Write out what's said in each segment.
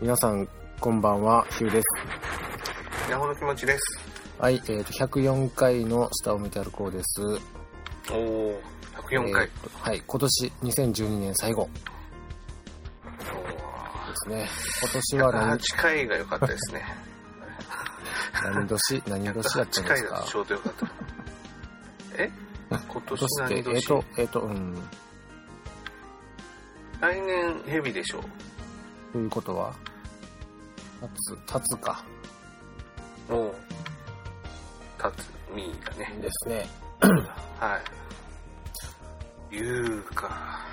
皆さん、こんばんは、ヒューです。山本気持ちです。はい、えっ、と、104回の下を見て歩こうです。おお、104回え。ーとはい、今年2012年最後ですおね。ー今年は108回が良かったですね。何、何年、何年だったんです108回だかとちょうど良かった。え今今年年何って、えっ、年と、えっ、と、うん、来年ヘビでしょう。ということは、立つ、立つか、おお。たつみーだね。ですね。はい。ゆうか。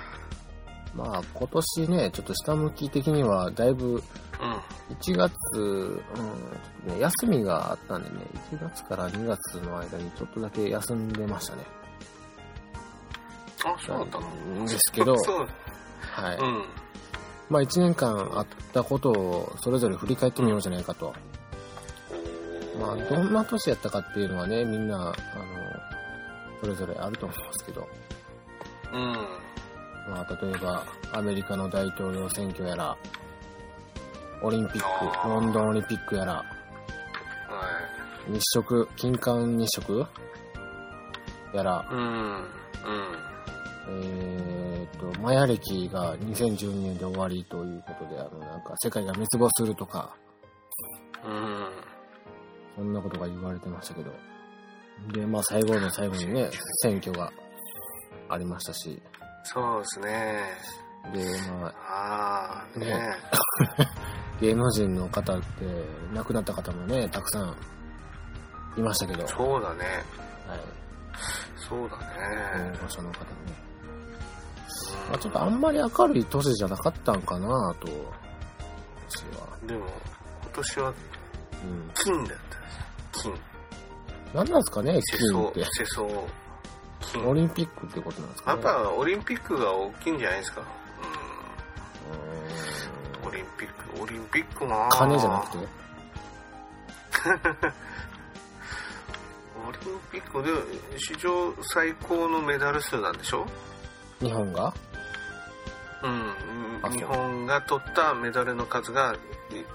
まあ、今年ね、ちょっと下向き的には、だいぶ、うん。 1月、うんね、休みがあったんでね、1月から2月の間にちょっとだけ休んでましたね。あ、そうだったのんですけど、 そう。はい。うん。まあ1年間あったことをそれぞれ振り返ってみようじゃないかと。おまあーどんな年やったかっていうのはね、みんな、あの、それぞれあると思うんですけど、うん。まあ例えばアメリカの大統領選挙やら、オリンピッあク、ーロンドンオリンピックやら、は日食、金環日食やら、い。うん。うん。えーっと、マヤ歴が2012年で終わりということで、あの、なんか、世界が滅亡するとか、うん。そんなことが言われてましたけど。で、まあ、最後の最後にね、選挙がありましたし、そうですね。で、まあ、ああ、ね芸能人の方って、亡くなった方もね、たくさんいましたけど、はい。そうだね。そうだね。大御所の方もね。うんまあ、ちょっとあんまり明るい年じゃなかったんかなと、私は。でも、今年はうん。金だったね。金。何なんですかね、世金相っ、て。世相。金。オリンピックってことなんですかやっね。ぱオリンピックが大きいんじゃないですか。ううん。ーオんリンピック、オリンピックな金じゃなくてオリンピックで史上最高のメダル数なんでしょ日本がうんあ。そう日本が取ったメダルの数がい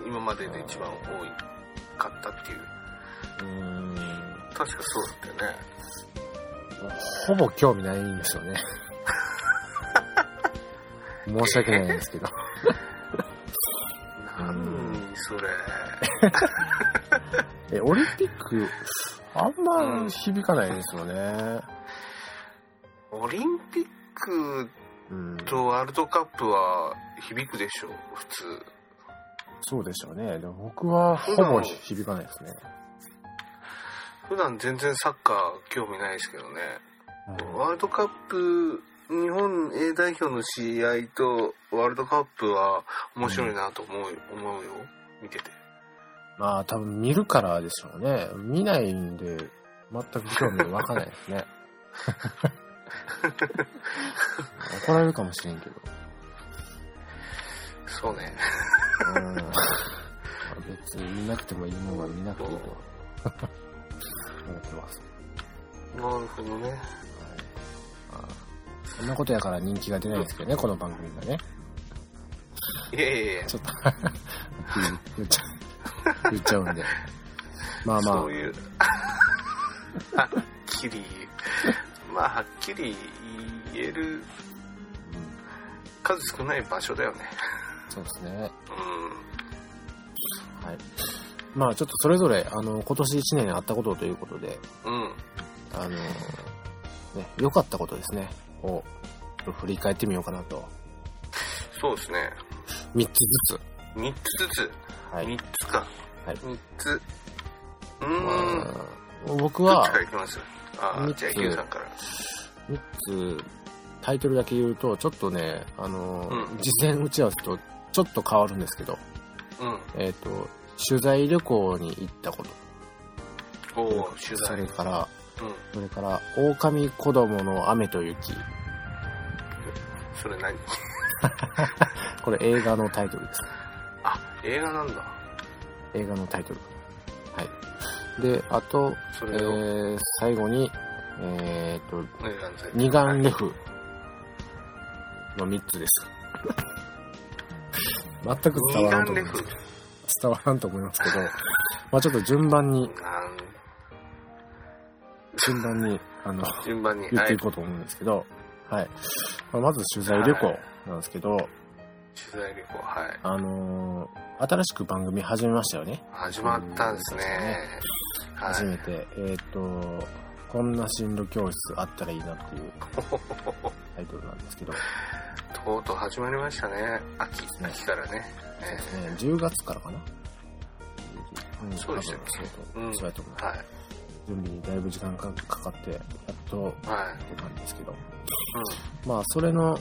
今までで一番多かったっていう。うーん確かそうだったよね。ほぼ興味ないんです よね申し訳ないんですけど何それ。えオリンピックあんま響かないですよねオリンピックうんとワールドカップは響くでしょう、普通。そうでしょうねでも僕はほぼ響かないですね普段全然サッカー興味ないですけどね。ワールドカップ、日本 A 代表の試合とワールドカップは面白いなと思う,、思うよ、見てて。まあ多分見るからでしょうね見ないんで全く興味湧かないですね怒られるかもしれんけどそうね。うん別に見なくてもいいものは見なくていいと思ってます。なるほどね。あーそんなことやから人気が出ないんですけどね、この番組が ね。いやいやいや、ちょっとはっきり言っちゃう、言っちゃうんで。まあまあそう、いう。 はっきり言う。まあ、はっきり言えるうん数少ない場所だよね。そうですね。うはい。まあちょっとそれぞれ、あの、今年1年あったことということで、ん。うん。あの、ね、良かったことですね、を、ちょっと振り返ってみようかなと。そうですね。 3つずつ。三つずつ。はい。三つか。はい三つ。うーん。まあ僕どっはちからいきますあ三あ、つじゃあ、ヒューさんから。 3つタイトルだけ言うとちょっとねあの、うん事前打ち合わせとちょっと変わるんですけどうん。えっ、と取材旅行に行ったことおー、取そ材。うれからん。それから「狼子供の雨と雪それ何」これ映画のタイトルですあ、映画なんだ。映画のタイトルはいであと、そえれを。ー、最後にえっ、と映画のタイトル二眼レフの3つです全く伝二わらんと眼思レいまフす。伝わらんと思いますけ ど、まあちょっと順番に、なん順番に、あの、順番に、言っはていい、こうと思うんですけど、はい。まあまず取材旅行なんですけど、取材旅行、はい。あのー新しく番組始めましたよね。始まったんですね。は初い。めて。えーっ、と、こんな進路教室あったらいいなって いうタイトルなんですけど、とうとう始まりましたね。秋、秋からね。そうえですね、10月からかな。んそうでしたっ多分けそうとうんそうやと思う。ーはい。準備にだいぶ時間かかって、やっとはっい。て感じですけど。うん。まあ、それの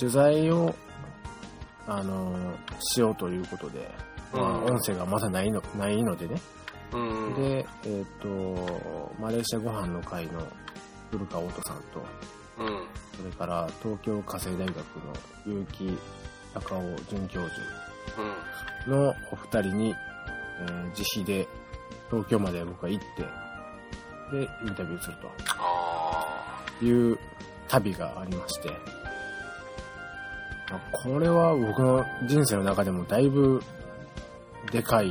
取材を、あのーしようということで、まあ、うん音声がまだないの、ないのでね。うん。で、えっ、と、マレーシアご飯の会の古川音さんと、うん。それから東京家政大学の結城高尾准教授うん。のお二人に、えー自費で東京まで僕は行って、で、インタビューするあという旅がありまして、まあこれは僕の人生の中でもだいぶでかい、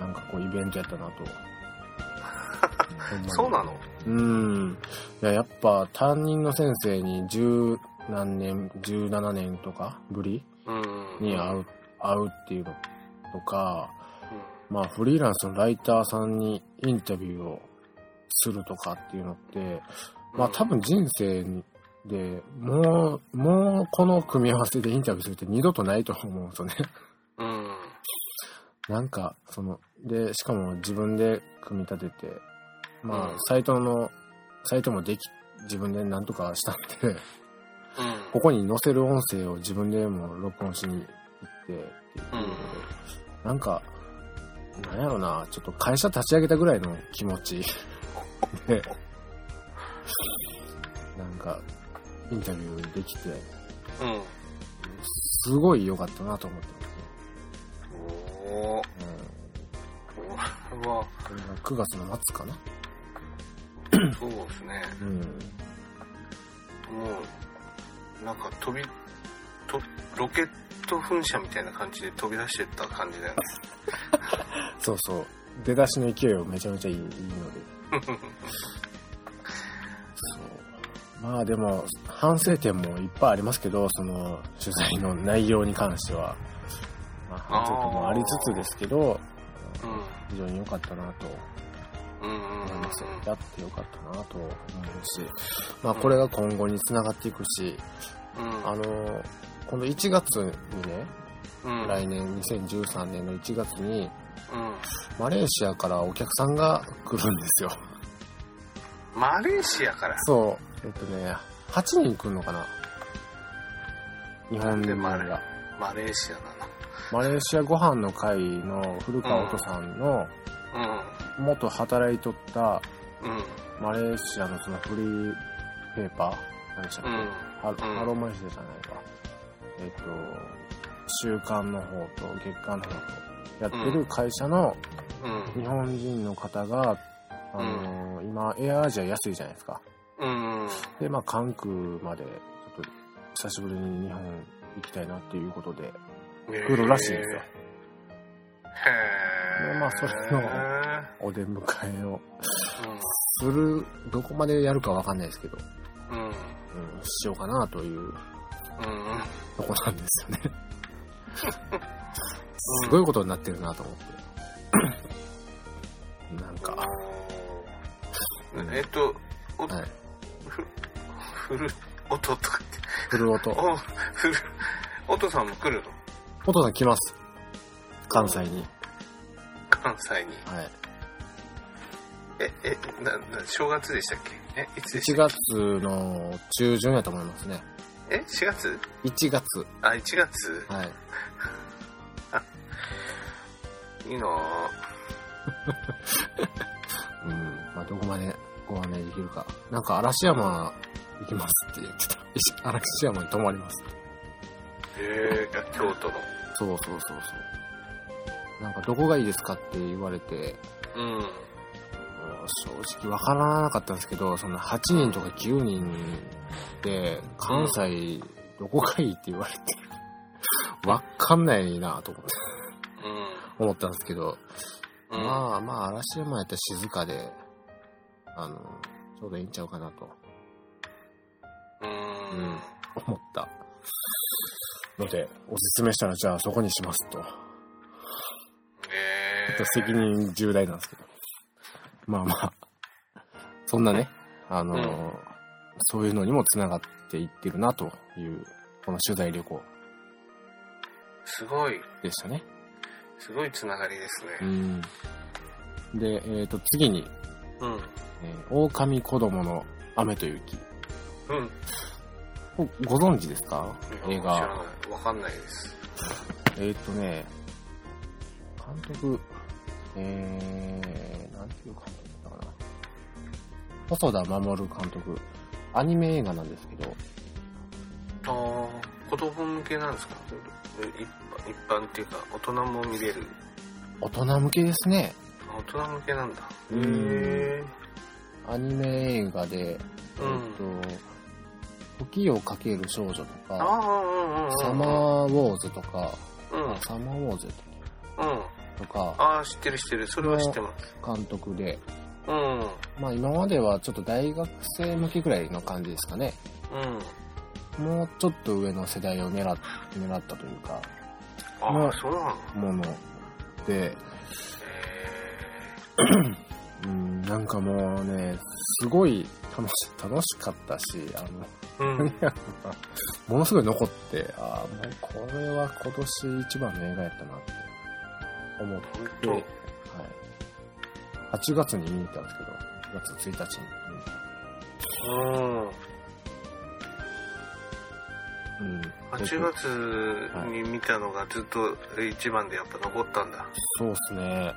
なんかこうイベントやったなと。ほんまあ。にそうなのうん。いや、やっぱ担任の先生に十何年、17年とかぶりうん。に会うう、会うっていうのとか、ん。まあフリーランスのライターさんにインタビューをするとかっていうのって、まあ多分人生に、で、もう、もうこの組み合わせでインタビューするって二度とないと思うんですよね。うん。なんか、その、で、しかも自分で組み立てて、まあう、んサイトの、サイトもでき、自分でなんとかしたんで、うん。 ここに載せる音声を自分でも録音しに行って、っていうのでなんか、なんやろな、ちょっと会社立ち上げたぐらいの気持ち で、なんか、インタビューできて、うん。すごい良かったなと思っておー。ますね。うんこれは、これが9月の末かな。そうですね。うん。もう、なんか飛び、と、ロケット噴射みたいな感じで飛び出してった感じだよね。そうそう。出だしの勢いをめちゃめちゃいいいいので。そう。まあでも、反省点もいっぱいありますけど、その、取材の内容に関しては。まあ、反省点もありつつですけど、うん。非常に良かったなとうんうん思いますよ。うやって良かったなと思うし、まあこれが今後につながっていくし、ん。あの、今度1月にね、うん。うん。来年2013年の1月に、うん。マレーシアからお客さんが来るんですよ。マレーシアから。そう。えっとね、8人来るのかな日本人なんでマレが。マレーシアなマレーシアご飯の会の古川音さんのの。元働いとったうん。うん。マレーシアのそのフリーペーパー何でしたっけ、うんハロうんハローマルシェじゃないか。えっと、週刊の方と月刊の方とやってる会社のうん。日本人の方が、あのー今エアアジア安いじゃないですか。うん。うん。で、まあ、関空まで、ちょっと、久しぶりに日本行きたいなっていうことで、来るらしいんですよ。へでえ。まあそれのお出迎えをする、どこまでやるかわかんないですけど、うん。うん。うん、しようかなといううん。とこなんですよね。すごいことになってるなと思って。なんか、うん。えっと、はい。ふる、音とかって。フルオト。お、ふる、音さんも来るのお父さん来ます。関西に。関西に。はい。え、え、な、な、正月でしたっけえ、いつでし1たっ月の中旬やと思いますね。けえ、4月1月。あ、1月はい。いいなぁうん、まあ、どこまでご案内できるか。なんか、嵐山行きますって言ってた。 石嵐山に泊まります。へえ、京都そうの。そうそうそう。なんか、どこがいいですかって言われて、うん。うん正直わからなかったんですけど、その8人とか9人で、関西どこがいいって言われて、 わかんないなと思ってう思ったんですけど、ん。うん。まあまあ、嵐山やったら静かで、あの、ちょうどいいんちゃうかなとうん。うん思った。ので、おすすめしたら、じゃあそこにしますと。ねえ責任重大なんですけど。まあまあ、そんなね、あの、うんそういうのにもつながっていってるなという、この取材旅行すごい、でしたね。すごいつながりですね。うん。で、えっ、と、次に、うん。えー、狼子供の雨と雪。うん。ごご存知ですか映知画。らない。わかんないです。えっ、とね、監督、えー、なんていう監督だったかな。細田守監督。アニメ映画なんですけど、ああ、子供向けなんですかそれとえ一般一般っていうか、大人も見れる。大人向けですね。あ大人向けなんだ。へうんえ。アニメ映画で、えうっ、ん。と、時をかける少女とあか、あ、うんうんうん。サマーウォーズとか、うん。うん。サマーウォーズとか、ああ、知ってる知ってる。それは知ってます。監督で、うん。うん。まあ今まではちょっと大学生向けぐらいの感じですかね。もうちょっと上の世代を狙っ狙ったというか、あまああ、そうなものので、へうん、なんかもうね、すごい楽し、楽しかったし、あの、え。うん。ものすごい残って、ああ、もうこれは今年一番の映画やったなって思っ本て、当。はい。8月に見に行ったんですけど、8月1日に。うん。うん。 8月に見たのがずっと一番でやっぱ残ったんだ。そうですね。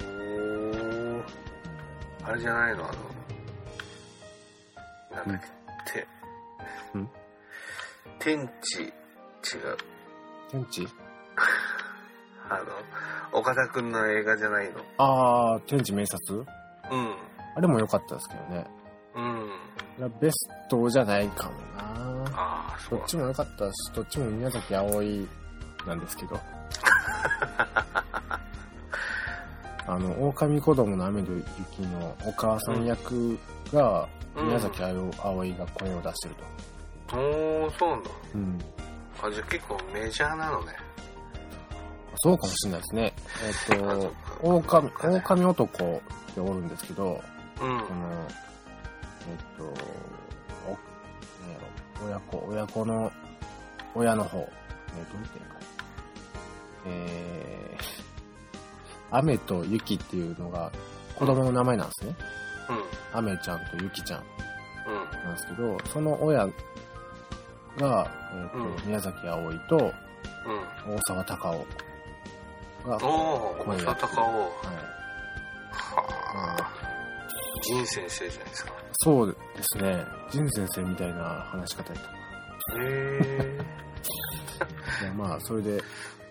おーあれじゃないのあの、なんだっけ、て、うん天地、違う。天地あの、岡田くんの映画じゃないの。ああ、天地名察うん。あれも良かったですけどね。うん。いやベストじゃないかもな。ああ、そどうっちも良かったし、どっちも宮崎葵なんですけど。あの、狼子供の雨の雪のお母さん役が、うん宮崎葵が声を出してると。おー、そうなんだ。うん。あ、じゃあ結構メジャーなのね。そうかもしれないですね。えっ、あそとっ、か狼、狼男っておるんですけど、うん。この、えっと、お、なんやろ、親子、親子の、親の方、えっと、見てるかな。えー、雨と雪っていうのが、子供の名前なんですね。うん。雨ちゃんと雪ちゃんうん。なんですけど、その親が、えっと、うん宮崎葵とうん。大沢たかおが、はい。おー、声大が阪を。はあ。仁先生じゃないですか。そうですね。仁先生みたいな話し方やった。へえ。でまあそれで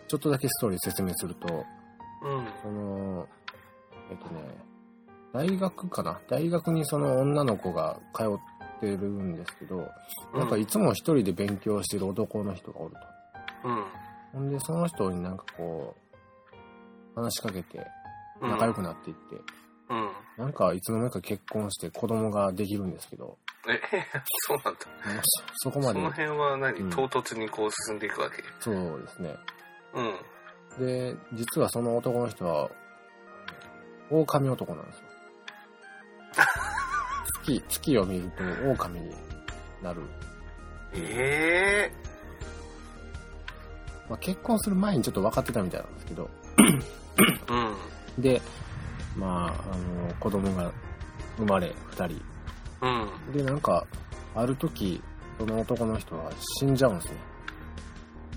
ちょっとだけストーリー説明するとうん。そのえっとね大学かな大学にその女の子が通ってるんですけどなんかいつも一人で勉強してる男の人がおるとうん。ほんでその人になんかこう話しかけて仲良くなっていって、うん。なんかいつの間にか結婚して子供ができるんですけどえ、 そうなんだ。なんかそそこまそでの辺は何、うん唐突にこう進んでいくわけそうですねうん。で実はその男の人は狼男なんですよ月月を見ると狼になる、ええまあ、結婚する前にちょっと分かってたみたいなんですけどうん。でまああの子供が生まれ2人うん。でなんかある時その男の人は死んじゃうんですね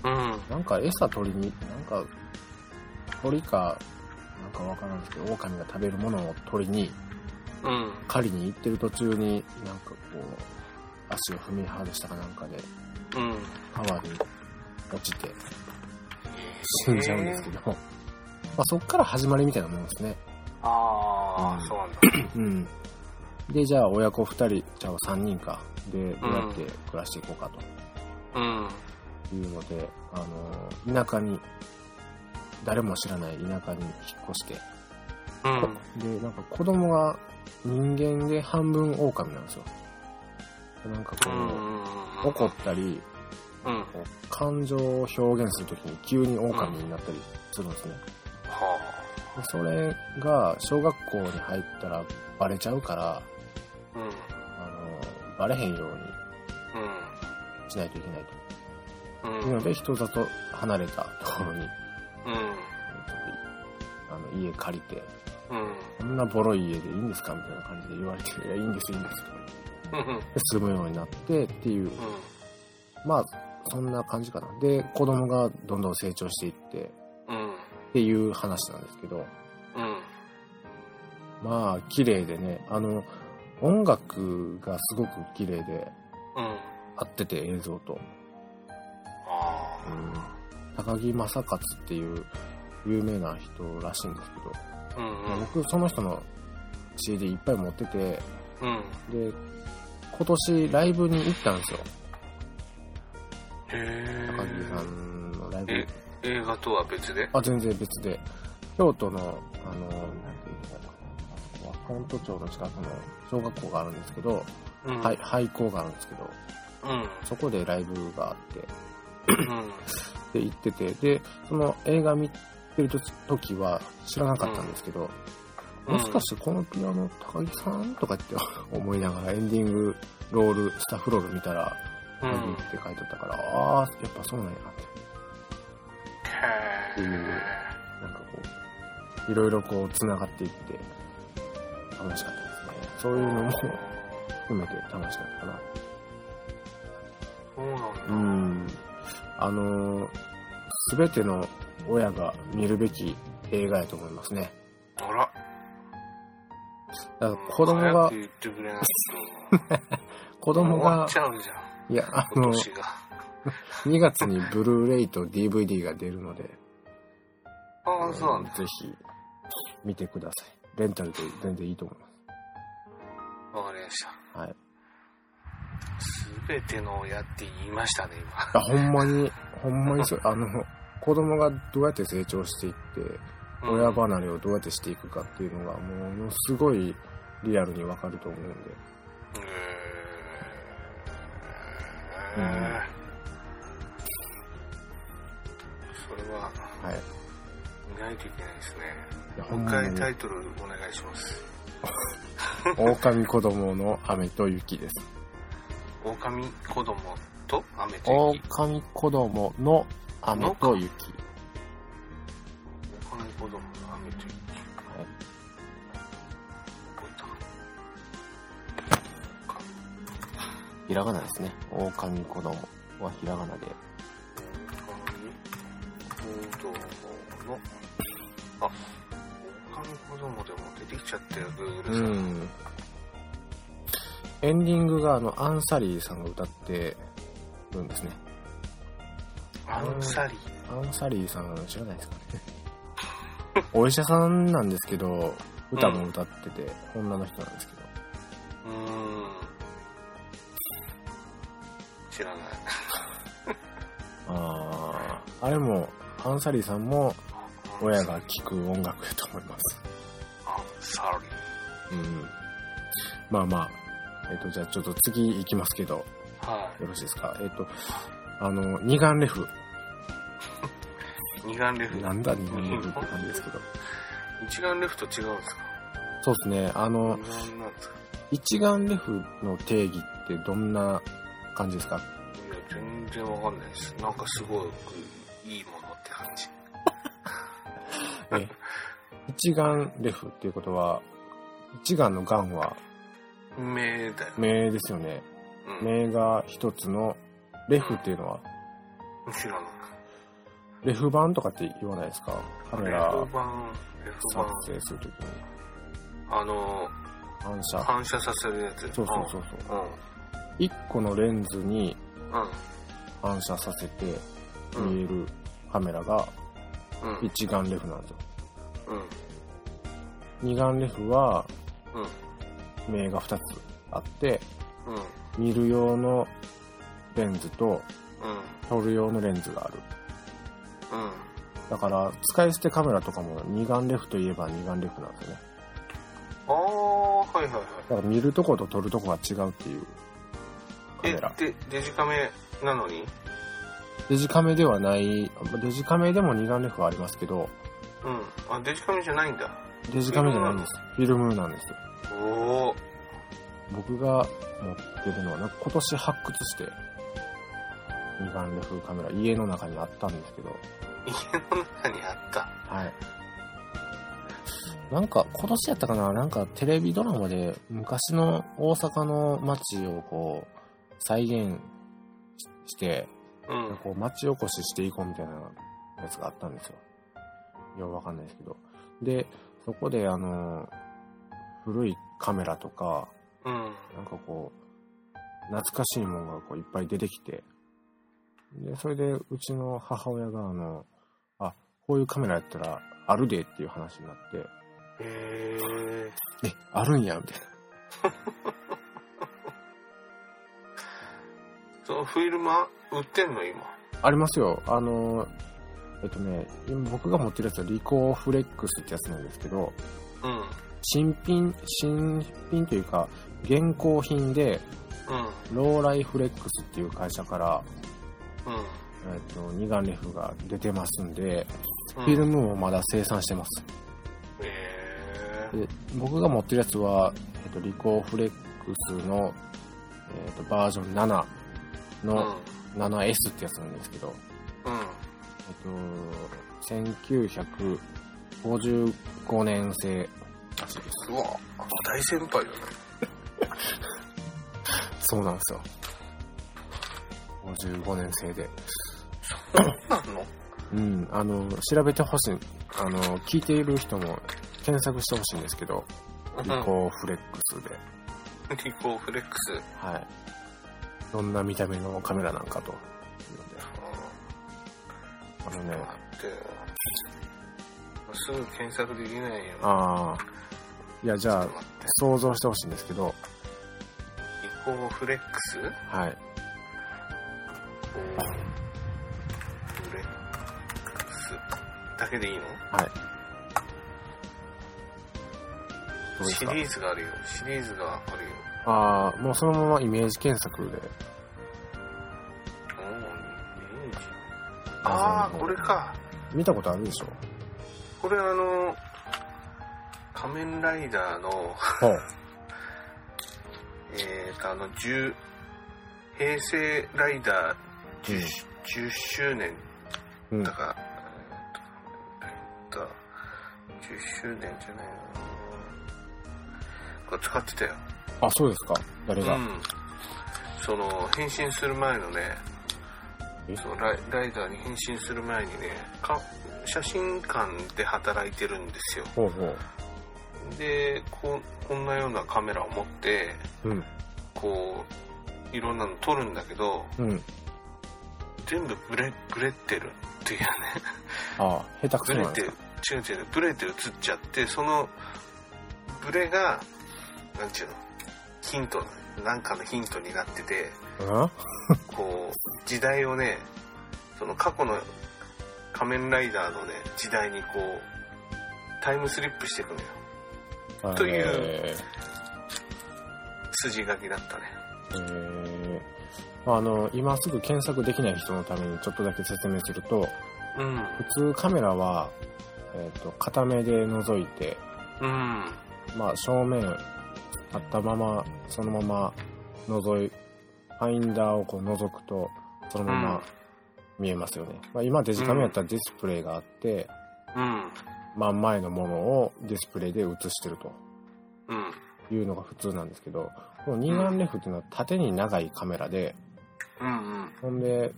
うん。なんか餌取りになんか鳥かなんかわからんですけど狼が食べるものを取りにうん。狩りに行ってる途中になんかこう足を踏み外したかなんかでうん。川に落ちて死んじゃうんですけど、まあ、そっから始まりみたいなもんですねああ、そうなんだ。うんでじゃあ親子2人じゃあ3人かでどうやって暮らしていこうかとうん。っていうので、あの、田舎に、誰も知らない田舎に引っ越して、うん。で、なんか子供が人間で半分狼なんですよ。でなんかこう、怒ったり、うん。こう感情を表現するときに急に狼になったりするんですね。はでそれが小学校に入ったらバレちゃうから、あ。うん。あの、バレへんようにしないといけないうん。と。う。いうんので、人里離れたところに、うん。あの、家借りて、うん。こんなボロい家でいいんですかみたいな感じで言われて、いや、いいんです、いいんです。とか言ってうん。うん。で住むようになってっていう、まあ、そんな感じかな。で、子供がどんどん成長していってうん。っていう話なんですけど、うん。まあ、綺麗でね、あの、音楽がすごく綺麗で、うん。合ってて映像と。あ高木正勝っていう有名な人らしいんですけど、あ。うん。うん。僕その人の CD いっぱい持っててでうん。今年ライブに行ったんですよへえ高木さんのライブえ映画とは別であ全然別で京都のあのなんていうのかな和本都町の近くの小学校があるんですけど、うん。はい。廃校があるんですけどうん。そこでライブがあってうん。で行っててでその映画見てる時は知らなかったんですけど、もしかしてこのピアノ高木さんとかって思いながらエンディングロールスタッフロール見たらうん。高うん。木って書いてあったから、ああーやっぱそうなんやってへえ。なんかこういろいろこうつながっていって楽しかったですねそういうのも含めて楽しかったかなそうなんだ。うんあのー、全ての親が見るべき映画やと思いますねあら。だから子供早がく言ってくれないと。子子供終わがっちゃうじゃん。いやあ今の年が。 2月にブルーレイと DVD が出るのでああ、そうなんだ。ぜひ見てください。レンタルで全然いいと思いまわかりました。す。 はい。すべての親って言いましたね、今。あ、ほんまに、ほんまにそう。あの、子供がどうやって成長していって、親離れをどうやってしていくかっていうのが、ものすごいリアルにわかると思うんで、うーんうんそれははい。見ないといけないですね。いやほもうん一ま回に、タイトルお願いします。狼子供の雨と雪です。狼子供と雨と雪。狼子供の雨と雪。狼子供と雨と雪。はいこういった狼ひらがなですね。狼子供はひらがなで。狼子供の、あ、狼子供でも出てきちゃったよ、Google さん。ん。エンディングがあの、アンサリーさんが歌ってるんですね。アンサリー。アンサリーさん知らない ですかね。お医者さんなんですけど、歌も歌ってて、女の人なんですけど。うーん。知らない。ああ、あれも、アンサリーさんも親が聴く音楽やと思います。アンサリうん。まあまあ、えっ、と、じゃあちょっと次行きますけど、ー。はよろしいですか。えっ、と、あの、二眼レフ。い。二眼レフ。なんだ二眼レフって感じですけど。一眼レフと違うんですかそうですね。あの、二眼なんですか一眼レフの定義ってどんな感じですかいや、全然わかんないです。なんかすごくいいものって感じ。え一眼レフっていうことは、一眼の眼は目だよ。目ですよね。うん。目が一つの、レフっていうのは、知らない。レフ板とかって言わないですかカメレラフ版、レフ版、撮影するときにあの、反射。反射させるやつ。そうそうそうそう。うん。一個のレンズにうん。反射させてうん。見えるカメラがうん。一眼レフなんですよ。うん。二眼レフはうん。目が二つあって、うん。見る用のレンズとうん。撮る用のレンズがある。うん。だから、使い捨てカメラとかも二眼レフといえば二眼レフなんですよね。ああ、はいはいはい。だから見るとこと撮るとこが違うっていうカメラ。え、で、デジカメなのにデジカメではない、デジカメでも二眼レフはありますけど、うん。あ、デジカメじゃないんだ。デジカメじゃないんです。フィルムなんです。おお。僕が持ってるのは、なんか今年発掘して、二眼レフカメラ、家の中にあったんですけど、 家の中にあった。はい。なんか、今年やったかななんかテレビドラマで昔の大阪の街をこう、再現しして、うん。こう町おこししていこうみたいなやつがあったんですよ。ようわかんないですけど。で、そこであの、古いカメラとか、うん。なんかこう、懐かしいものがこういっぱい出てきて、で、それでうちの母親があの、あ、こういうカメラやったらあるでっていう話になって、へえ。え、あるんや、みたいな。そのフィルムは売ってんの今。ありますよ。あの、えっとね、今僕が持ってるやつはリコーフレックスってやつなんですけど、うん。新品、新品というか、現行品で、うん。ローライフレックスっていう会社から、うん。えっと、二眼レフが出てますんで、フフィルムもまだ生産してます。へえ。で僕が持ってるやつは、えっと、リコーフレックスの、えっと、バージョン7うの 7S ってやつなんですけど、うん。えっと、1955年製らしいです。すごい。大先輩よね。そうなんですよ。55年製で。なんのうん、あの、調べてほしい。あの、聞いている人も検索してほしいんですけど、リコーフレックスで。うんリコーフレックス。はい。どんな見た目のカメラなんかと。あのね、って、すぐ検索できないよ。ああ。いや、じゃちょあっと、待って想像してほしいんですけど、リコーフレックスはい。こうフレックスだけでいいのどうですシかリーズがあるよ。シリーズがあるよ。ああ、もうそのままイメージ検索で。おーイメージああ、これ。か。見たことあるでしょこれあの、仮面ライダーの、ほう。えーと、あの、10、平成ライダー 10,、10周年うんだ。から、えーと、10周年じゃないな。これ使ってたよ。あ、そうですか誰が、うん、その変身する前のねえそのライライダーに変身する前にねか写真館で働いてるんですよほうほう。でここんなようなカメラを持ってうん。こういろんなの撮るんだけどうん。全部ブレブレってるっていうねああ、下手くブそレなんてで違すかう違うブレて映っちゃってそのブレがなんちゅうのヒントなんかのヒントになっててうんこう時代をねその過去の仮面ライダーのね時代にこうタイムスリップしていくのよといえう筋書きだったーねえーあの、今すぐ検索できない人のためにちょっとだけ説明すると、うん普通カメラは、えっ、と、片目で覗いて、うんまあ、正面、立ったまま、そのまま、覗い、ファインダーをこう覗くと、そのまうんま見えますよね。まあ、今デジカメやったらディスプレイがあって、うんまあ、前のものをディスプレイで映してると。うんいうのが普通なんですけど、この二眼レフっていうのは縦に長いカメラで、うんうんほんで、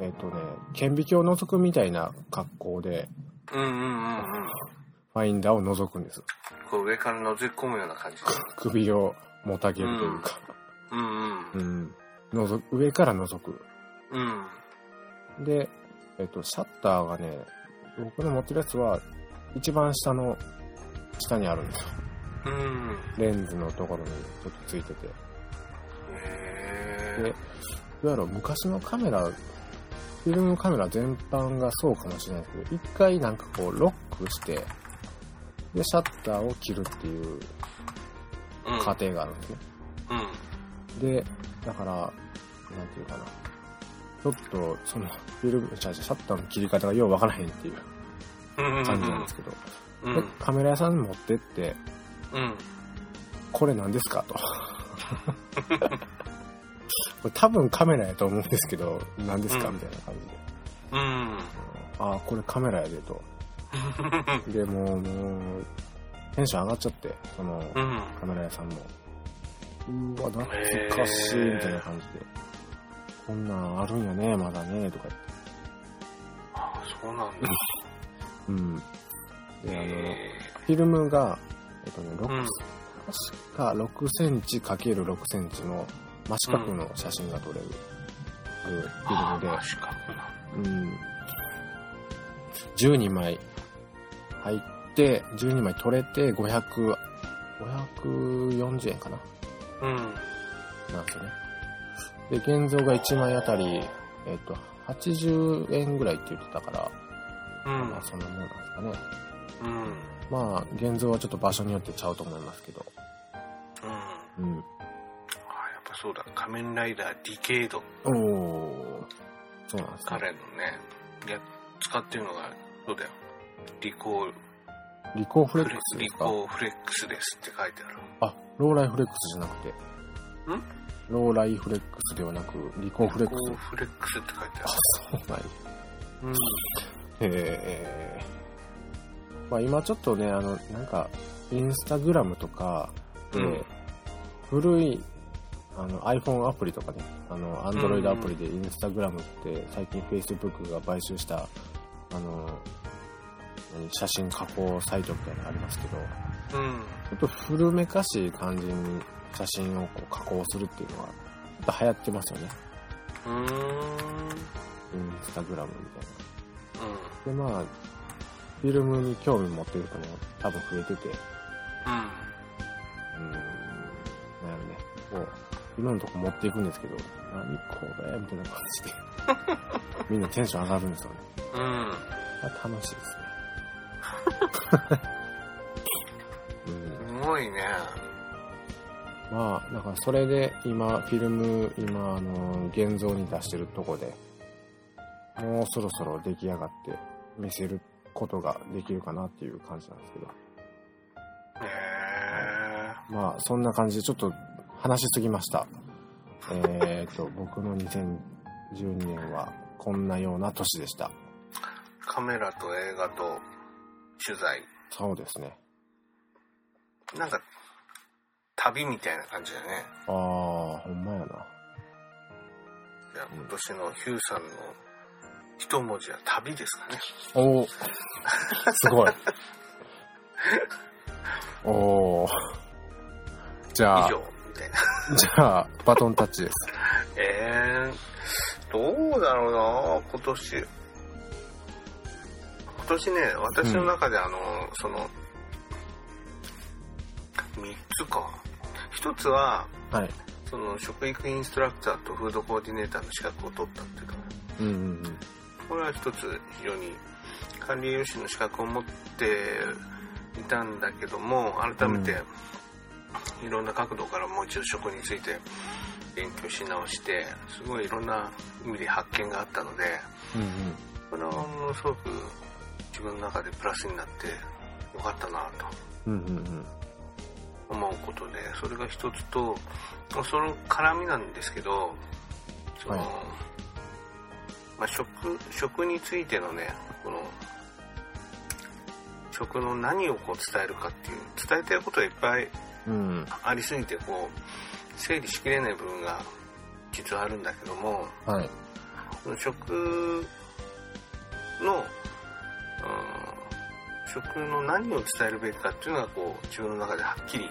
えっ、とね、顕微鏡を覗くみたいな格好で、うんうんうんうんファインダーを覗くんです。こう上から覗き込むような感じ首をもたげるというか、うんうんうん、覗く上から覗く。うんで、えっ、と、シャッターがね、僕の持ってるやつは、一番下の、下にあるんですよ。うんレンズのところにちょっとついてて。へでえ、いわゆる昔のカメラ、フィルムカメラ全般がそうかもしれないですけど、一回なんかこうロックして、で、シャッターを切るっていううん。過程があるんですね。うん。で、だから、なんていうかな。ちょっと、その、フィルム、じゃシャッターの切り方がようわからへんっていううん。感じなんですけど、うでん。カメラ屋さんに持ってって、うん。これ何ですかと。これ多分カメラやと思うんですけど、何ですかうんみたいな感じで。うん。ああ、これカメラやでと。で、もう、もう、テンション上がっちゃって、その、うん。カメラ屋さんも。うわ、懐かしい、へーみたいな感じで。こんなんあるんやね、まだね、とか言って。あ、そうなんだ。うん。で、あの、えフィルムが、えっとね、6、うん確か6センチ ×6 センチの真四角の写真が撮れる、うんフィルムで、確かうん、12枚入って、12枚撮れて500、540円かなうん。なんですよね。で、現像が1枚あたり、えっ、と、80円ぐらいって言ってたから、うんまあ。そんなもんなんですかね。うん。うん。まあ、現像はちょっと場所によってちゃうと思いますけど。あ、うん。やっぱそうだ。仮面ライダーディケイド。おー。そうなんですね。彼のね、や、使ってるのが、そうだよ。リコーリコーフレッフクレスでリすかコーフレックスですって書いてある。あ、ローライフレックスじゃなくて。ローライフレックスではなく、リコーフレックリスコー。フレックスって書いてああ、 そうなんやる。うん。えー、まあ今ちょっとね、あの、なんか、インスタグラムとか、でうん古いあの iPhone アプリとかね、あの、Android アプリでインスタグラムって最近 Facebook が買収した、あの、何写真加工サイトみたいなのありますけど、うん。ちょっと古めかしい感じに写真をこう加工するっていうのは、ちょっと流行ってますよね。うーん。インスタグラムみたいな。うん。でまあフィルムに興味持ってる人も多分増えててううん。ーんなんやろねこう今のとこ持っていくんですけど何これみたいな感じでみんなテンション上がるんですよねうん。あ楽しいですねうんすごいね。まあだからそれで今フィルム今あの現像に出してるとこでもうそろそろ出来上がって見せることができるかなっていう感じなんですけどへえ。まあそんな感じでちょっと話しすぎました。えっと、僕の2012年はこんなような年でした。カメラと映画と取材。そうですね。なんか、旅みたいな感じだね。ああ、ほんまやな。じゃあ今年のヒューさんの一文字は旅ですかね。おお、すごい。お お。じゃあ以、上、みたいな。じゃあ、バトンタッチです。えー、どうだろうな今年今年ね私の中であの、その3つか1つははい。その食育インストラクターとフードコーディネーターの資格を取ったっていうかうんうんこれは1つ非常に管理栄養士の資格を持っていたんだけども改めていろんな角度からもう一度食について勉強し直してすごいいろんな意味で発見があったのでうん。うんこれはものすごく自分の中でプラスになってよかったなとうん。うんうんうん。思うことでそれが一つとその絡みなんですけどその、はいまあ、食食についてのねこの食の何をこう伝えるかっていう伝えたいことがいっぱいうん。ありすぎてこう整理しきれない部分が実はあるんだけどもはい。その食の、うん、食の何を伝えるべきかっていうのがこう自分の中ではっきり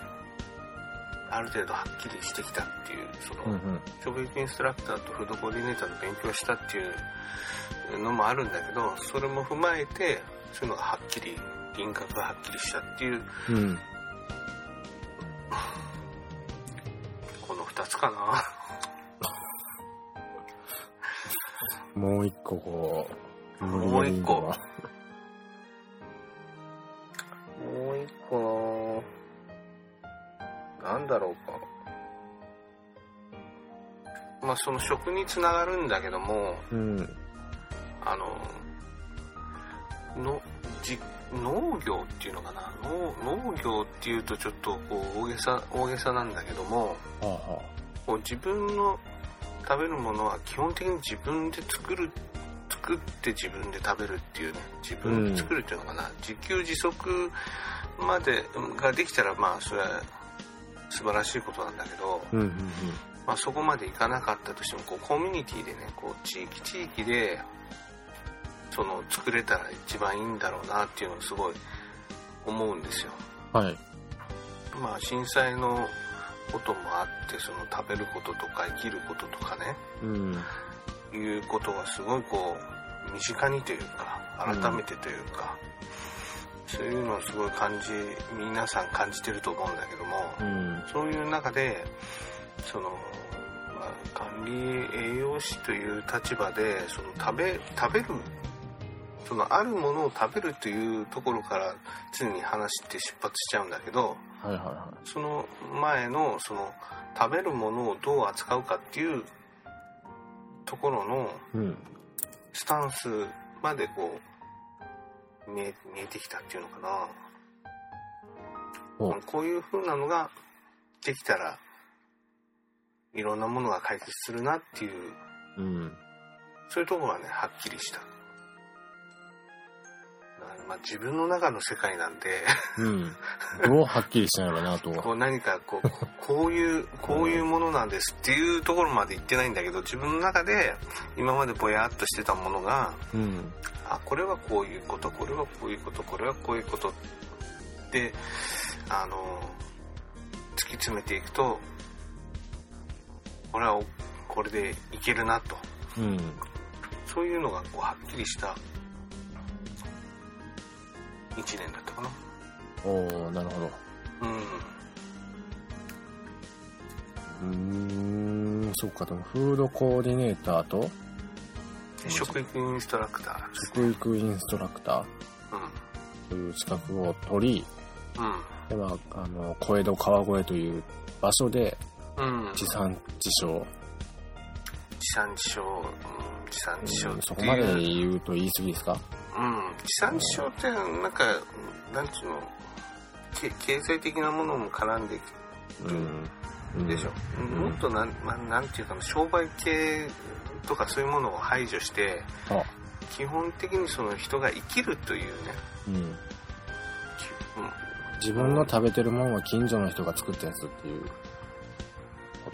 ある程度はっきりしてきたっていうその、うんうん。食育インストラクターとフードコーディネーターの勉強をしたっていうのもあるんだけどそれも踏まえてそういうのがはっきり輪郭がはっきりしたっていううん。この2つかなもう一個こう、もう一個無理やりもう一個なぁなんだろうか。まあ、その食につながるんだけども、うん。あの、の、じ、農業っていうのかな農農業っていうとちょっとこう大げさ、大げさなんだけども、はあはこう自分の食べるものは基本的に自分で作る作って自分で食べるっていうね自分で作るっていうのかな、自給自足までうんができたらまあそれは素晴らしいことなんだけど、うんうんまあ、そこまでいかなかったとしてもこうコミュニティでねこう地域地域でその作れたら一番いいんだろうなっていうのをすごい思うんですよ。うん。はい。まあ震災のこともあってその食べることとか生きることとかねうん。いうことがすごいこう身近にというか改めてというか、そういうのをすごい感じ皆さん感じてると思うんだけども、うん。そういう中でその、まあ、管理栄養士という立場でその食べ食べるそのあるものを食べるというところから常に話って出発しちゃうんだけど、はいはいはその前のその食べるものをどう扱うかっていうところのい。うん。スタンスまでこう見え見えてきたっていうのかおなこういう風なのができたらいろんなものが解決するなっていううん。そういうところはねはっきりした。まあ、自分の中の世界なんでうん。どうはっきりしないのかなと。こう何かこうこういうこういうものなんですっていうところまで言ってないんだけど自分の中で今までぼやっとしてたものがうん。あこれはこういうことこれはこういうことこれはこういうことであの突き詰めていくとこれはおこれでいけるなとうん。そういうのがこうはっきりした1年だったかな。おー、なるほど。うんうーん、そっか、でもフードコーディネーターとで食育インストラクターですね。食育インストラクターうという資格を取り、ん。でまあ、あの、小江戸川越という場所でうん。うん。地産地消、地産地消、うん、地産地消うんっそてこまでいう、言うと言い過ぎですかうん、地産地消ってなんかなんちゅうのけ経済的なものも絡んでう。うんうくんるでしょ、んもっとなん,、まあ、なんていうかな商売系とかそういうものを排除してあ、基本的にその人が生きるというね、うん。きうん、自分の食べてるもんは近所の人が作ったやつっていうこ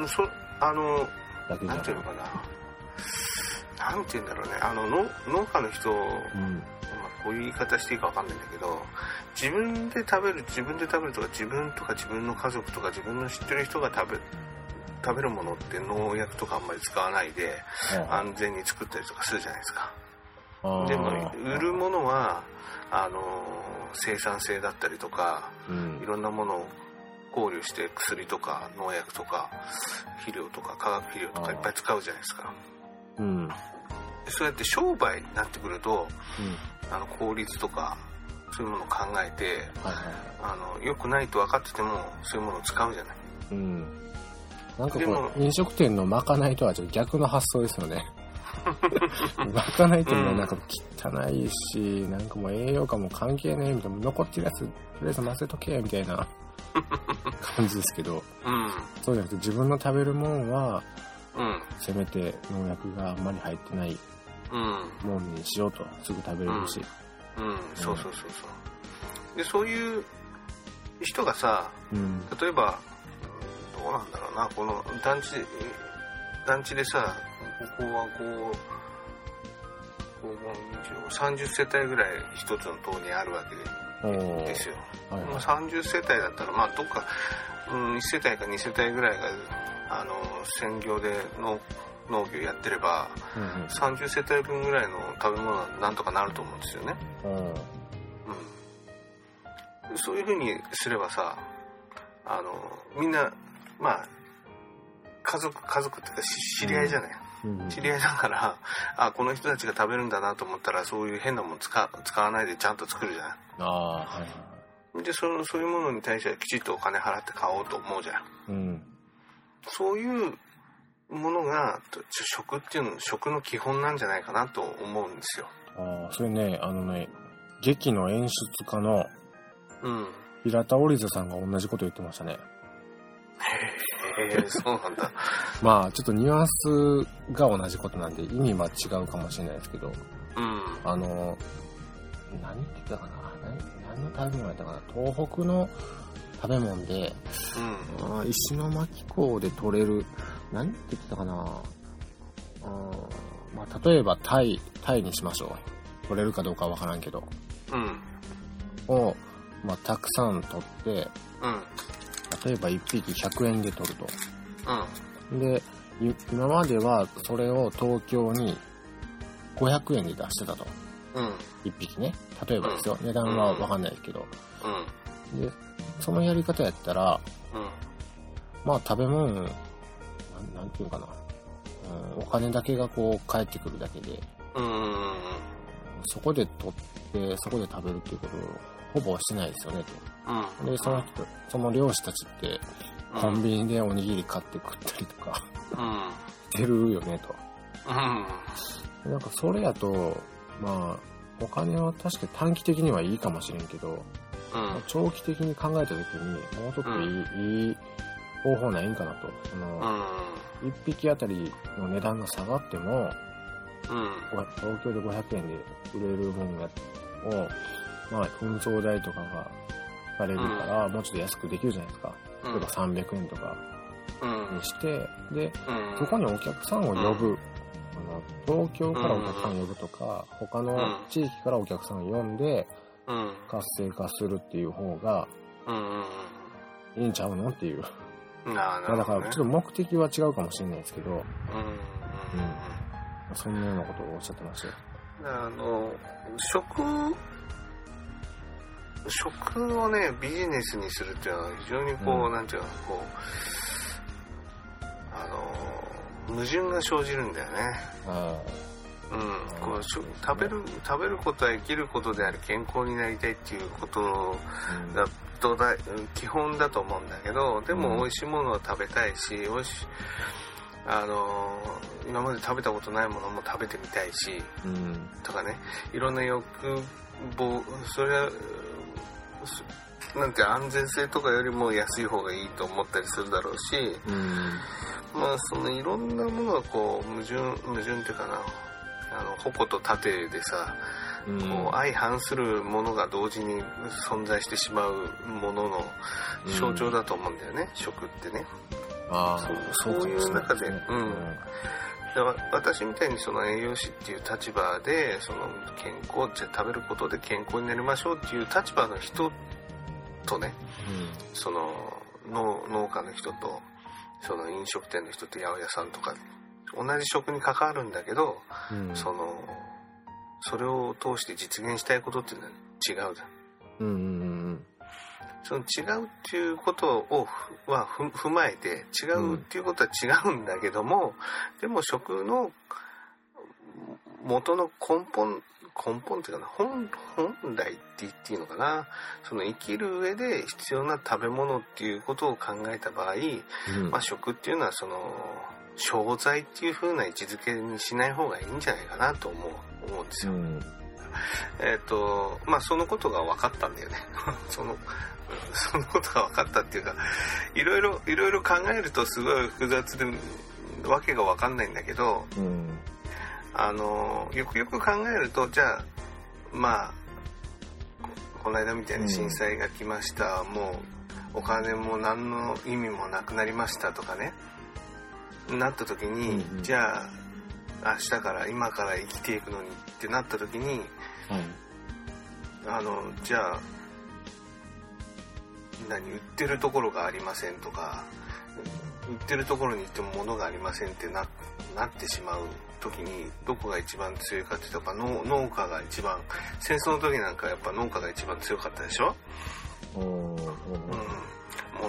とそあのだけじゃなんなていいうのかななんていうんだろうねあの農農家の人うん。まあこういう言い方していいかわかんないんだけど自分で食べる自分で食べるとか自分とか自分の家族とか自分の知ってる人が食べ食べるものって農薬とかあんまり使わないであ安全に作ったりとかするじゃないですかあでも売るものはあの生産性だったりとかうんいろんなものを考慮して薬とか農薬とか肥料とか化学肥料とかいっぱい使うじゃないですかうん。そうやって商売になってくるとあの効率とかそういうものを考えてはいはあの良くないと分かっててもそういうものを使うじゃないい。うん。なんかでこもう、飲食店のまかないとはちょっと逆の発想ですよ ね。まかないってもうなんか汚いし、なんかもう栄養価も関係ねえみたいな、残ってるやつ、とりあえず混ぜとけみたいな感じですけど、うそうじゃなくて自分の食べるもんは、んうんせめて農薬があんまり入ってないうんもんにしようと、すぐ食べれるし。うんそうそうそうそうでそういう人がさうん。例えばうんどうなんだろうなこの団地団地でさここはこうこう30世帯ぐらい一つの塔にあるわおけーですよはいまあは30世帯だったら、まあ、どっか、うん、1世帯か2世帯ぐらいがあの専業で農農業やってればい。うん30世帯分ぐらいの食べ物はなんとかなると思うんですよね、うんうんうん、そういうふうにすればさあのみんなまあ家族家族っていうかし知り合いじゃない、うん知り合いだから、あ、この人たちが食べるんだなと思ったら、そういう変なもん使使わないでちゃんと作るじゃああ、はいはい。ん。で、その、そういうものに対してはきちっとお金払って買おうと思うじゃん。うん。そういうものが、と食っていうの、食の基本なんじゃないかなと思うんですよ。ああ、それね、あのね、劇の演出家のうん。平田織田さんが同じこと言ってましたね。ええそうなんだ。まあ、ちょっとニュアンスが同じことなんで、意味は違うかもしれないですけど、うん。あの、何って言ってたかな何何の食べ物やったかな東北の食べ物で、うん。あー石巻港で取れる、何って言ってたかなあーまあ、例えばタイ、タイにしましょう。取れるかどうかはわからんけど。うん。を、まあ、たくさん取って、うん。例えば1匹100円で取ると。うん。で、い今まではそれを東京に500円で出してたと。うん。 1匹ね。例えばですよ。値段はわかんないけど。うん。で、そのやり方やったら、うん。まあ食べ物、なんなんていうかな、うん。お金だけがこう返ってくるだけで、うん。そこで取って、そこで食べるっていうことをほぼしないですよねうん。と。で、その人、その漁師たちって、コンビニでおにぎり買って食ったりとかうん。してるよねと。うん。なんかそれやと、まあ、お金は確かに短期的にはいいかもしれんけど、うん。長期的に考えた時に、もうちょっといい,、いい方法ないんかなと。その、一、匹あたりの値段が下がっても、うん。ご東京で500円で売れるもんが、を、まあ、運送代とかが、されるから、もうちょっと安くできるじゃないですか。例えば300円とかうんに。して、で、うん。そこにお客さんを呼ぶ、あの東京からお客さんを呼ぶとか、他の地域からお客さんを呼んでうん。活性化するっていう方がうん。いいんちゃうのっていう。うん。なまあだからちょっと目的は違うかもしれないですけど、うん。うん。そんなようなことをおっしゃってましたよ。あの、食、食をね、ビジネスにするっていうのは非常にこう、うんなんていうの、こう、あの、矛盾が生じるんだよね。あうん。こうしょ食べる、食べることは生きることであり、健康になりたいっていうことーうんだとだ基本だと思うんだけど、でうんも美味しいものを食べたいし、美味しい、あの、今まで食べたことないものも食べてみたいし、うんとかねいろんな欲望それはそなんて安全性とかよりも安い方がいいと思ったりするだろうしうんまあそのいろんなものがこう矛盾矛盾っていうかなあの矛と盾でさ、うんこう相反するものが同時に存在してしまうものの象徴だと思うんだよね、食ってねあーそうかもしれなそういう中いでうんだから私みたいにその栄養士っていう立場でその健康じゃ食べることで健康になりましょうっていう立場の人とねその農農家の人とその飲食店の人と八百屋さんとか同じ食に関わるんだけど、うんうんそのそれを通して実現したいことっていうのは違うじゃうんんうんその違うっていうことをふはふ踏まえて違うっていうことは違うんだけども、でも食の元の根本根本っていうかな本本来って言っていいのかなその生きる上で必要な食べ物っていうことを考えた場合、うんうんまあ、食っていうのはその商材っていう風な位置づけにしない方がいいんじゃないかなと思う思うんですよ。うんえっ、と、まあ、そのことが分かったんだよね。 その、そのことが分かったっていうか、いろいろ、いろいろ考えるとすごい複雑で、わけが分かんないんだけど、うんあの、よくよく考えると、じゃあ、まあ、ここの間みたいに震災が来ました、もう、お金も何の意味もなくなりましたとかね、なった時に、うんうんじゃあ、明日から、今から生きていくのにってなった時に、はいあのじゃあ何売ってるところがありませんとか売ってるところに行っても物がありませんってななってしまう時にどこが一番強いかっていうとやっぱ農農家が一番戦争の時なんかやっぱ農家が一番強かったでしょ、おーうん、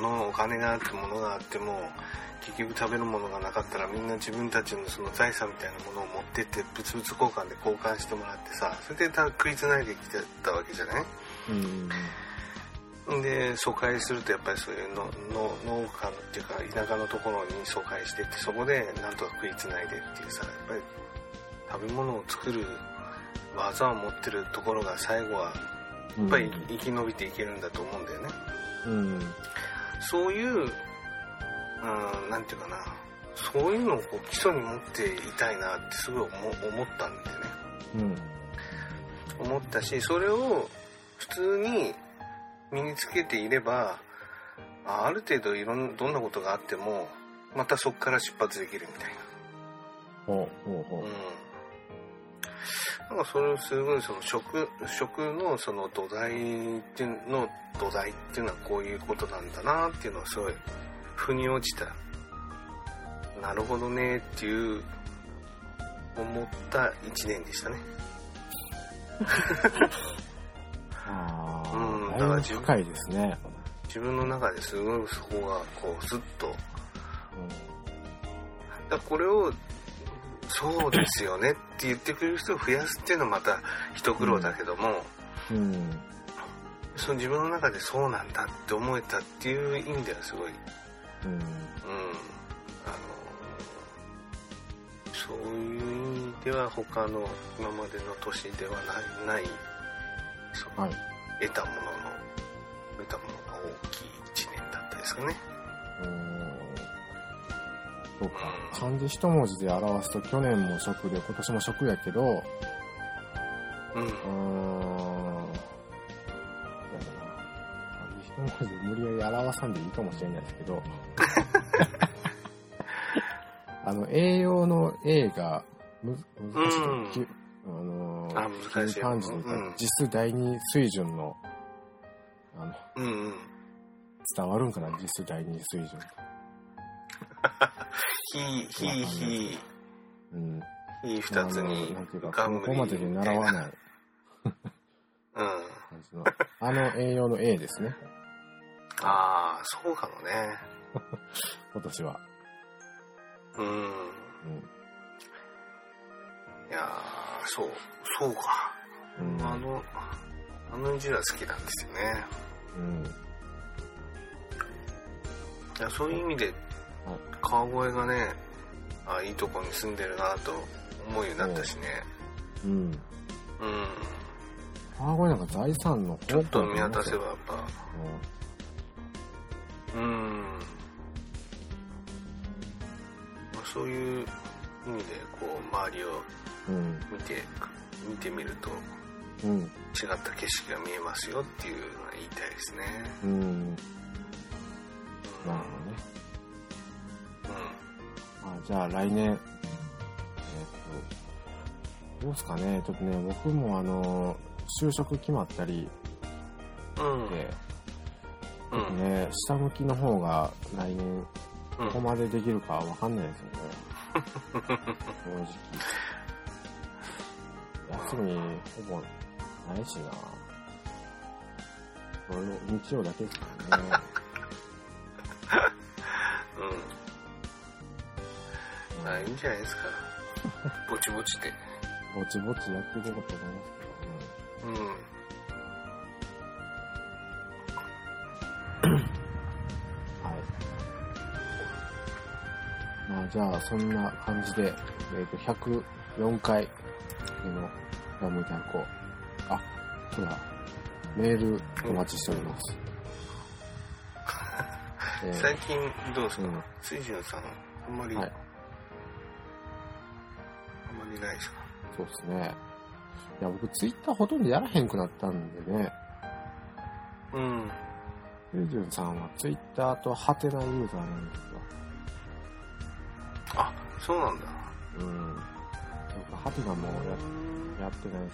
物お金があって物があっても結局食べるものがなかったらみんな自分たちのその財産みたいなものを持ってって物々交換で交換してもらってさそれでた食いつないできてたわけじゃないうん。で疎開するとやっぱりそういうのの農家っていうか田舎のところに疎開してってそこでなんとか食いつないでっていうさやっぱり食べ物を作る技を持ってるところが最後はややっぱり生き延びていけるんだと思うんだよね。うん。そういう、うん、なんていうかな、そういうのをこう基礎に持っていたいなってすごい思思ったんだよね。うん。思ったし、それを普通に身につけていれば、あある程度いろんどんなことがあっても、またそこから出発できるみたいな。ほうほうほうん。なんかそれをすごいその食、食のその土台っていうの、土台っていうのはこういうことなんだなっていうのはすごい、腑に落ちた。なるほどねっていう、思った一年でしたね。う。ああ。うんだいぶ深いですね。自分の中ですごいそこがこう、ずっと。だからこれを、そうですよねって言ってくれる人を増やすっていうのはまた一苦労だけども、うん。うん。その自分の中でそうなんだって思えたっていう意味ではすごい、うん、うん。あのそういう意味では他の今までの年ではないないそのはい。得たものの得たものが大きい一年だったですかね。うんそうか。うん漢字一文字で表すと去年も食で今年も食やけど、うん、うーん。だからな一文字で無理やり表さんでいいかもしれないですけ ど。あの、栄養の A がむ難しい。うんきあのあ難しい漢字で言ったうらん実第二水準の、あの、うん、うん。伝わるんかな実第二水準。ひ、ひ、ひ、うん。ひ二つあのになんていうか、ガムここまでで習わないうん。感じの。あの栄養の A ですね。ああ、そうかもね。今年は。うん。うん。いやーそう、そうか。うん。あの、あの字は好きなんですよね。うん。いやそういう意味で、川越がね、あいいとこに住んでるなと思うようになったしね。うん。うん。川越なんか財産のちょっと見渡せばやっうぱ、んうん。まあそういう意味で、こう、周りをうん。見て、見てみると、うん。違った景色が見えますよっていうのは言いたいですね。うん。うんなるほどね。あじゃあ来年、えーっと、どうですかね。ちょっとね、僕もあの、就職決まったりうん。で、うん。うん。ね、下向きの方が来年、うんここまでできるかわかんないですよね。正直。休み、ほぼないしな。土曜日曜だけですからね。うん。まあ、いいんじゃ ない ですか。ぼちぼちで。ぼちぼちやっていこうかと思いますうん。けど、ね、はい。まあじゃあ、そんな感じで、えっ、と、104回目のラムダコ。あ、そうだ。メールお待ちしております。えー最近、どうですうかん水準さん、あんまり、はいあんまりないですかそうですね。いや、僕、ツイッターほとんどやらへんくなったんでね、うん。ユージュンさんはツイッターとハテナユーザーなんですよ。あ、そうなんだ。うん。僕、ハテナもややってないし、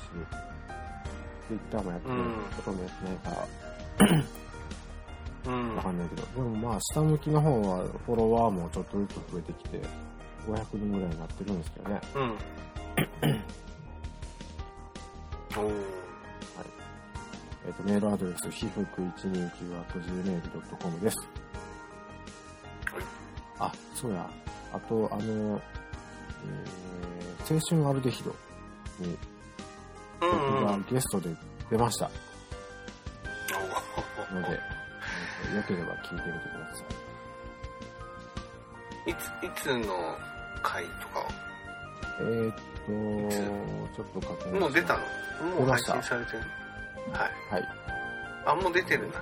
ツイッターもやってない、うんほとんどやってないかうん。らわかんないけど、でもまあ、下向きの方はフォロワーもちょっとずつ増えてきて、500人ぐらいになってるんですけどね。 うん。おー。えっ、と、メールアドレス、ひふく 129.gmail.com です。あ、そうや。あと、あの、えー、青春アルデヒドにうん僕うん。おがゲストで出ましたので、ーえーよければ聞いてみてください。いつ、いつの回とかえー、っと、ちょっと確認しますもう出たのもう出ま配した信されてるはい。はい。あ、もう出てるな。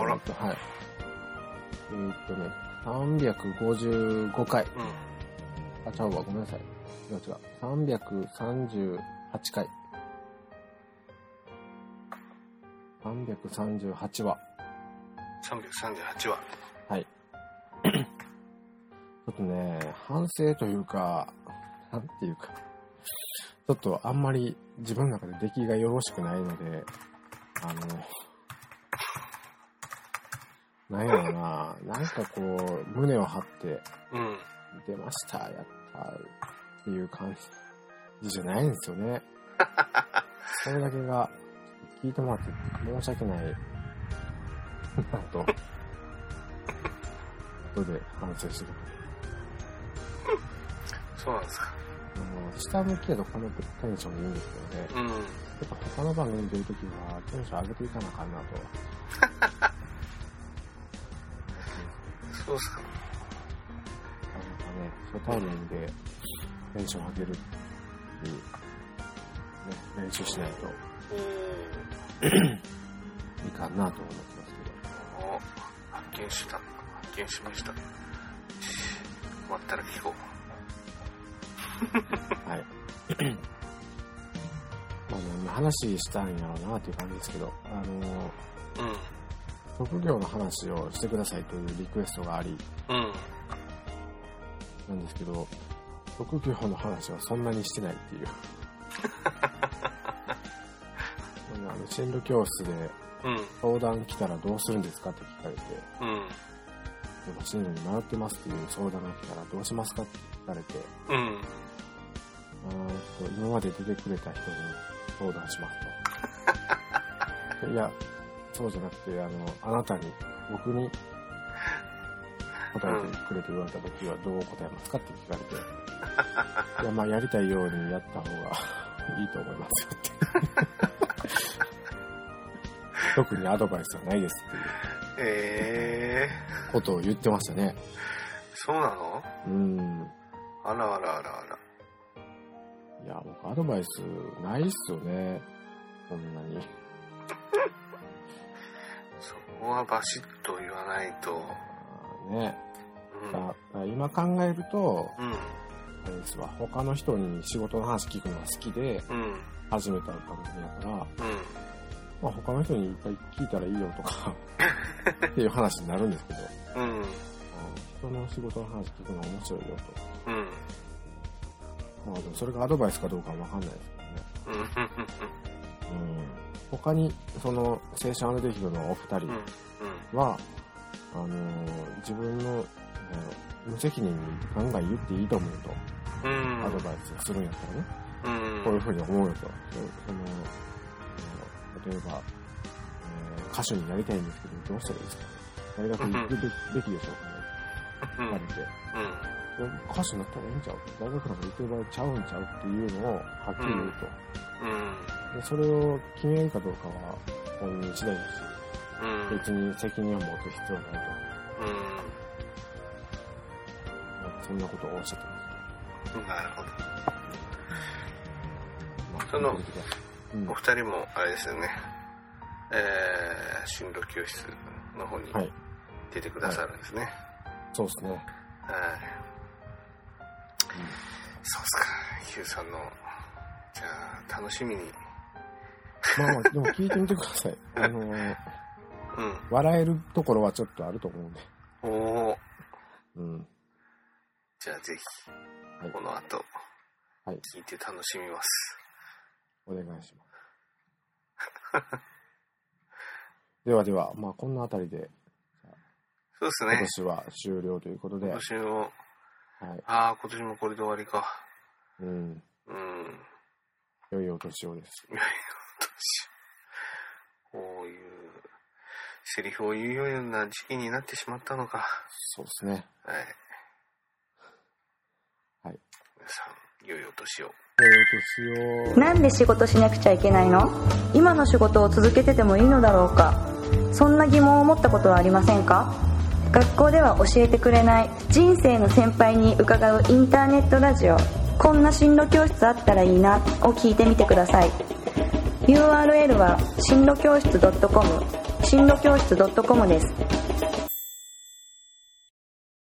あらえーっ。と、はい。えー、っとね、355回。うん。あ、ちゃうわ、ごめんなさい。違う違う。338回。338話。 338話。ちょっとね、反省というか、なんていうか、ちょっとあんまり自分の中で出来がよろしくないので、あの、なんやろな、なんかこう、胸を張って、うん。出ました、やったっていう感じじゃないんですよね。それだけが、聞いてもらって申し訳ないなと、後で反省してる。そうなんですか。あの下向きやとこのテンションでいいんですけどね、うん。やっぱ他の番組出るときはテンション上げていかなあかんなと。そうですか。なんかね、初対面でテンション上げるっていう、ね、練習しないとおいかんなと思ってますけど。ーお発見した。発見しました。終わったら聞こう。はい。まあね、話したんやろうなっていう感じですけど、あの、う職業の話をしてくださいというリクエストがありん。うん。なんですけど、職業の話はそんなにしてないっていう。 あの進路教室でうん。相談来たらどうするんですかって聞かれて、うん。でも進路に迷ってますっていう相談が来たらどうしますかって聞かれて、うん。あーっと今まで出てくれた人に相談しますと。いや、そうじゃなくて、あの、あなたに、僕に答えてくれと言われた時はどう答えますかって聞かれて、いや、まあ、やりたいようにやった方がいいと思いますよって。特にアドバイスはないですっていうえことを言ってましたね。ー、そうなのうん。あらあらあらあら。いや、僕アドバイスないっすよね。こんなに。そこはバシッと言わないと。あーね。うん。だだ今考えると、うん。あれですわ、他の人に仕事の話聞くのが好きでうん。始めた番組やから、うん。まあ、他の人にいっぱい聞いたらいいよとか、っていう話になるんですけど、うあん。の人の仕事の話聞くの面白いようん。と。まあでもそれがアドバイスかどうかはわかんないですうん。けどね。うん。他に、その、青春アルデヒドのお二うん。人うん。は、あのー自分の、あの無責任にガンガン言っていいと思うと、うん。アドバイスするんやったらね。うん。こういうふうに思うよと。でその、あの例えば、えー歌手になりたいんですけど、どうしたらいいですかね。大学に行くべべきでしょうかね。うん。言われて。ういん。や歌手になったらいいんちゃう大学なんか行ってる場合ちゃうんちゃうっていうのをはっきり言ううん。と。で、それを決めるかどうかは本人次第だし、うん。別に責任を持つ必要はないうん。と。まあそんなことをおっしゃってまなるほど。す。聞いてくださいそのうんお二人も、あれですよね。えー、進路教室の方にはい出てくださるんですね。はい。そうですね。そうっすか。ヒューさんの、じゃあ、楽しみに。まあまあ、でも聞いてみてください。あのー、うん。笑えるところはちょっとあると思うんで。おー。うん。じゃあぜはひ、いこの後、はい聞いて楽しみます。お願いします。 ではでは、まあ、こんなあたりで、そうです今ね。年は終了ということで、今はい。年も、ああ、今年もこれで終わりか。うん。うん。良いお年をです。こういうセリフを言うような時期になってしまったのか。そうですね。はい。さん、良いお年を。えー、年を。なんで仕事しなくちゃいけないの今の仕事を続けててもいいのだろうかそんな疑問を持ったことはありませんか学校では教えてくれない人生の先輩に伺うインターネットラジオ「こんな進路教室あったらいいな」を聞いてみてください URL は進路教室 .com 進路教室 .com です